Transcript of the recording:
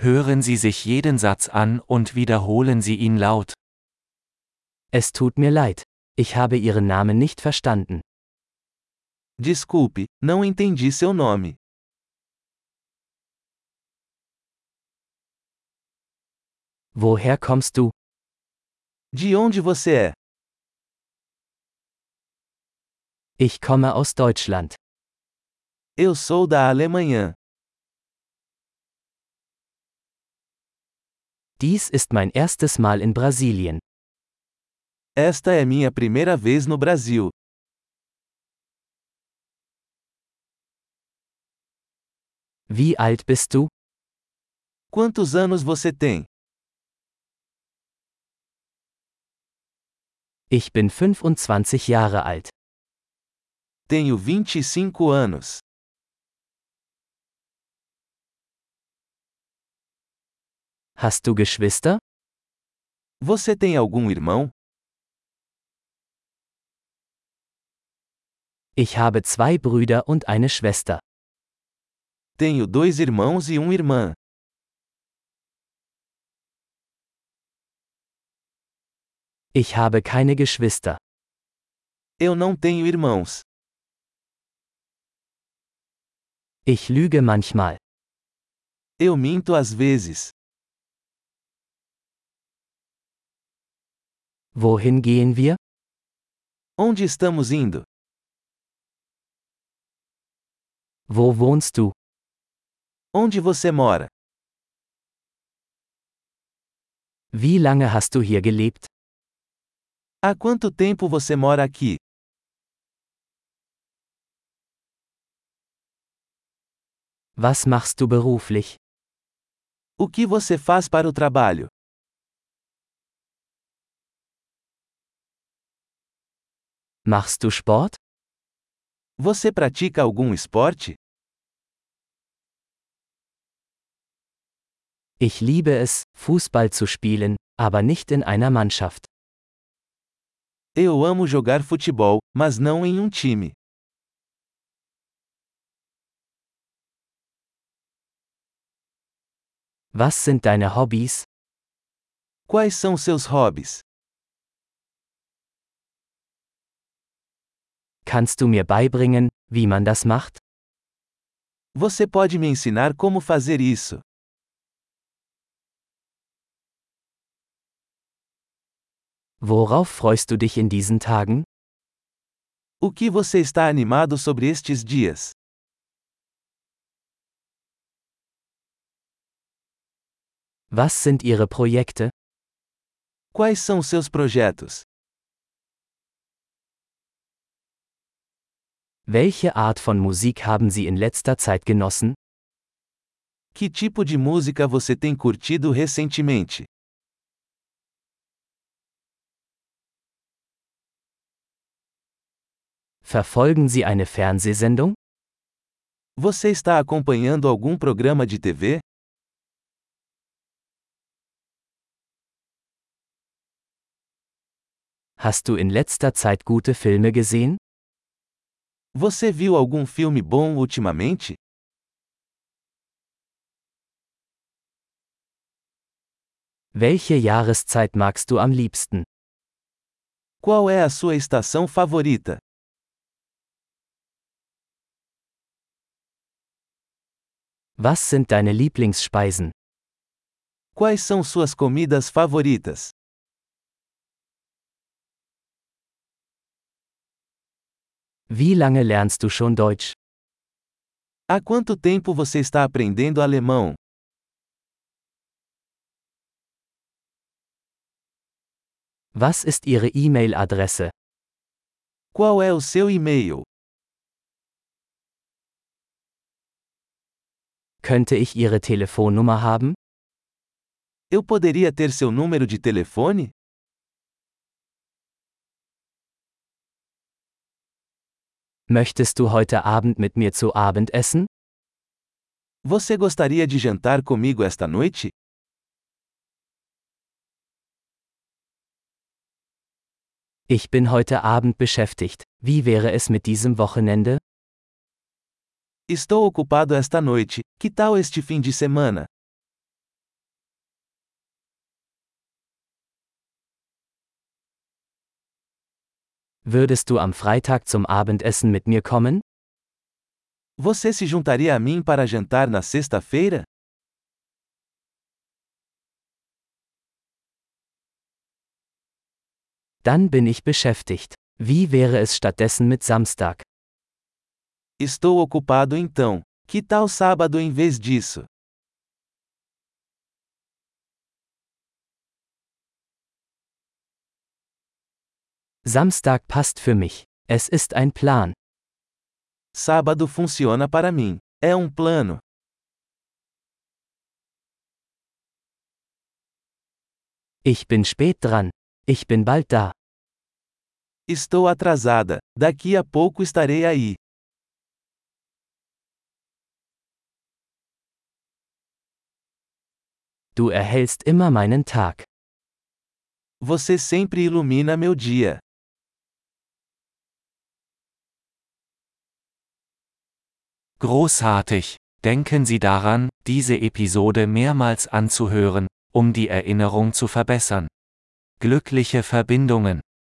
Hören Sie sich jeden Satz an und wiederholen Sie ihn laut. Es tut mir leid. Ich habe Ihren Namen nicht verstanden. Desculpe, não entendi seu nome. Woher kommst du? De onde você é? Ich komme aus Deutschland. Eu sou da Alemanha. Dies ist mein erstes Mal in Brasilien. Esta é minha primeira vez no Brasil. Wie alt bist du? Quantos anos você tem? Ich bin 25 Jahre alt. Tenho 25 anos. Hast du Geschwister? Você tem algum irmão? Ich habe zwei Brüder und eine Schwester. Tenho dois irmãos e uma irmã. Ich habe keine Geschwister. Eu não tenho irmãos. Ich lüge manchmal. Eu minto às vezes. Wohin gehen wir? Onde estamos indo? Wo wohnst du? Onde você mora? Wie lange hast du hier gelebt? Há quanto tempo você mora aqui? Was machst du beruflich? O que você faz para o trabalho? Machst du Sport? Você pratica algum esporte? Ich liebe es, Fußball zu spielen, aber nicht in einer Mannschaft. Eu amo jogar futebol, mas não em um time. Was sind deine Hobbys? Quais são seus hobbies? Kannst du mir beibringen, wie man das macht? Você pode me ensinar como fazer isso? Worauf freust du dich in diesen Tagen? O que você está animado sobre estes dias? Was sind ihre Projekte? Quais são seus projetos? Welche Art von Musik haben sie in letzter Zeit genossen? Que tipo de música você tem curtido recentemente? Verfolgen sie eine Fernsehsendung? Você está acompanhando algum programa de TV? Hast du in letzter Zeit gute Filme gesehen? Você viu algum filme bom ultimamente? Welche Jahreszeit magst du am liebsten? Qual é a sua estação favorita? Was sind deine Lieblingsspeisen? Quais são suas comidas favoritas? Wie lange lernst du schon Deutsch? Há quanto tempo você está aprendendo alemão? Was ist ihre E-Mail-Adresse? Qual é o seu e-mail? Könnte ich ihre Telefonnummer haben? Eu poderia ter seu número de telefone? Möchtest du heute Abend mit mir zu Abend essen? Você gostaria de jantar comigo esta noite? Ich bin heute Abend beschäftigt. Wie wäre es mit diesem Wochenende? Estou ocupado esta noite. Que tal este fim de semana? Würdest du am Freitag zum Abendessen mit mir kommen? Você se juntaria a mim para jantar na sexta-feira? Dann bin ich beschäftigt. Wie wäre es stattdessen mit Samstag? Estou ocupado então. Que tal sábado em vez disso? Samstag passt für mich. Es ist ein Plan. Sábado funciona para mim. É um plano. Ich bin spät dran. Ich bin bald da. Estou atrasada. Daqui a pouco estarei aí. Du erhellst immer meinen Tag. Você sempre ilumina meu dia. Großartig! Denken Sie daran, diese Episode mehrmals anzuhören, um die Erinnerung zu verbessern. Glückliche Verbindungen!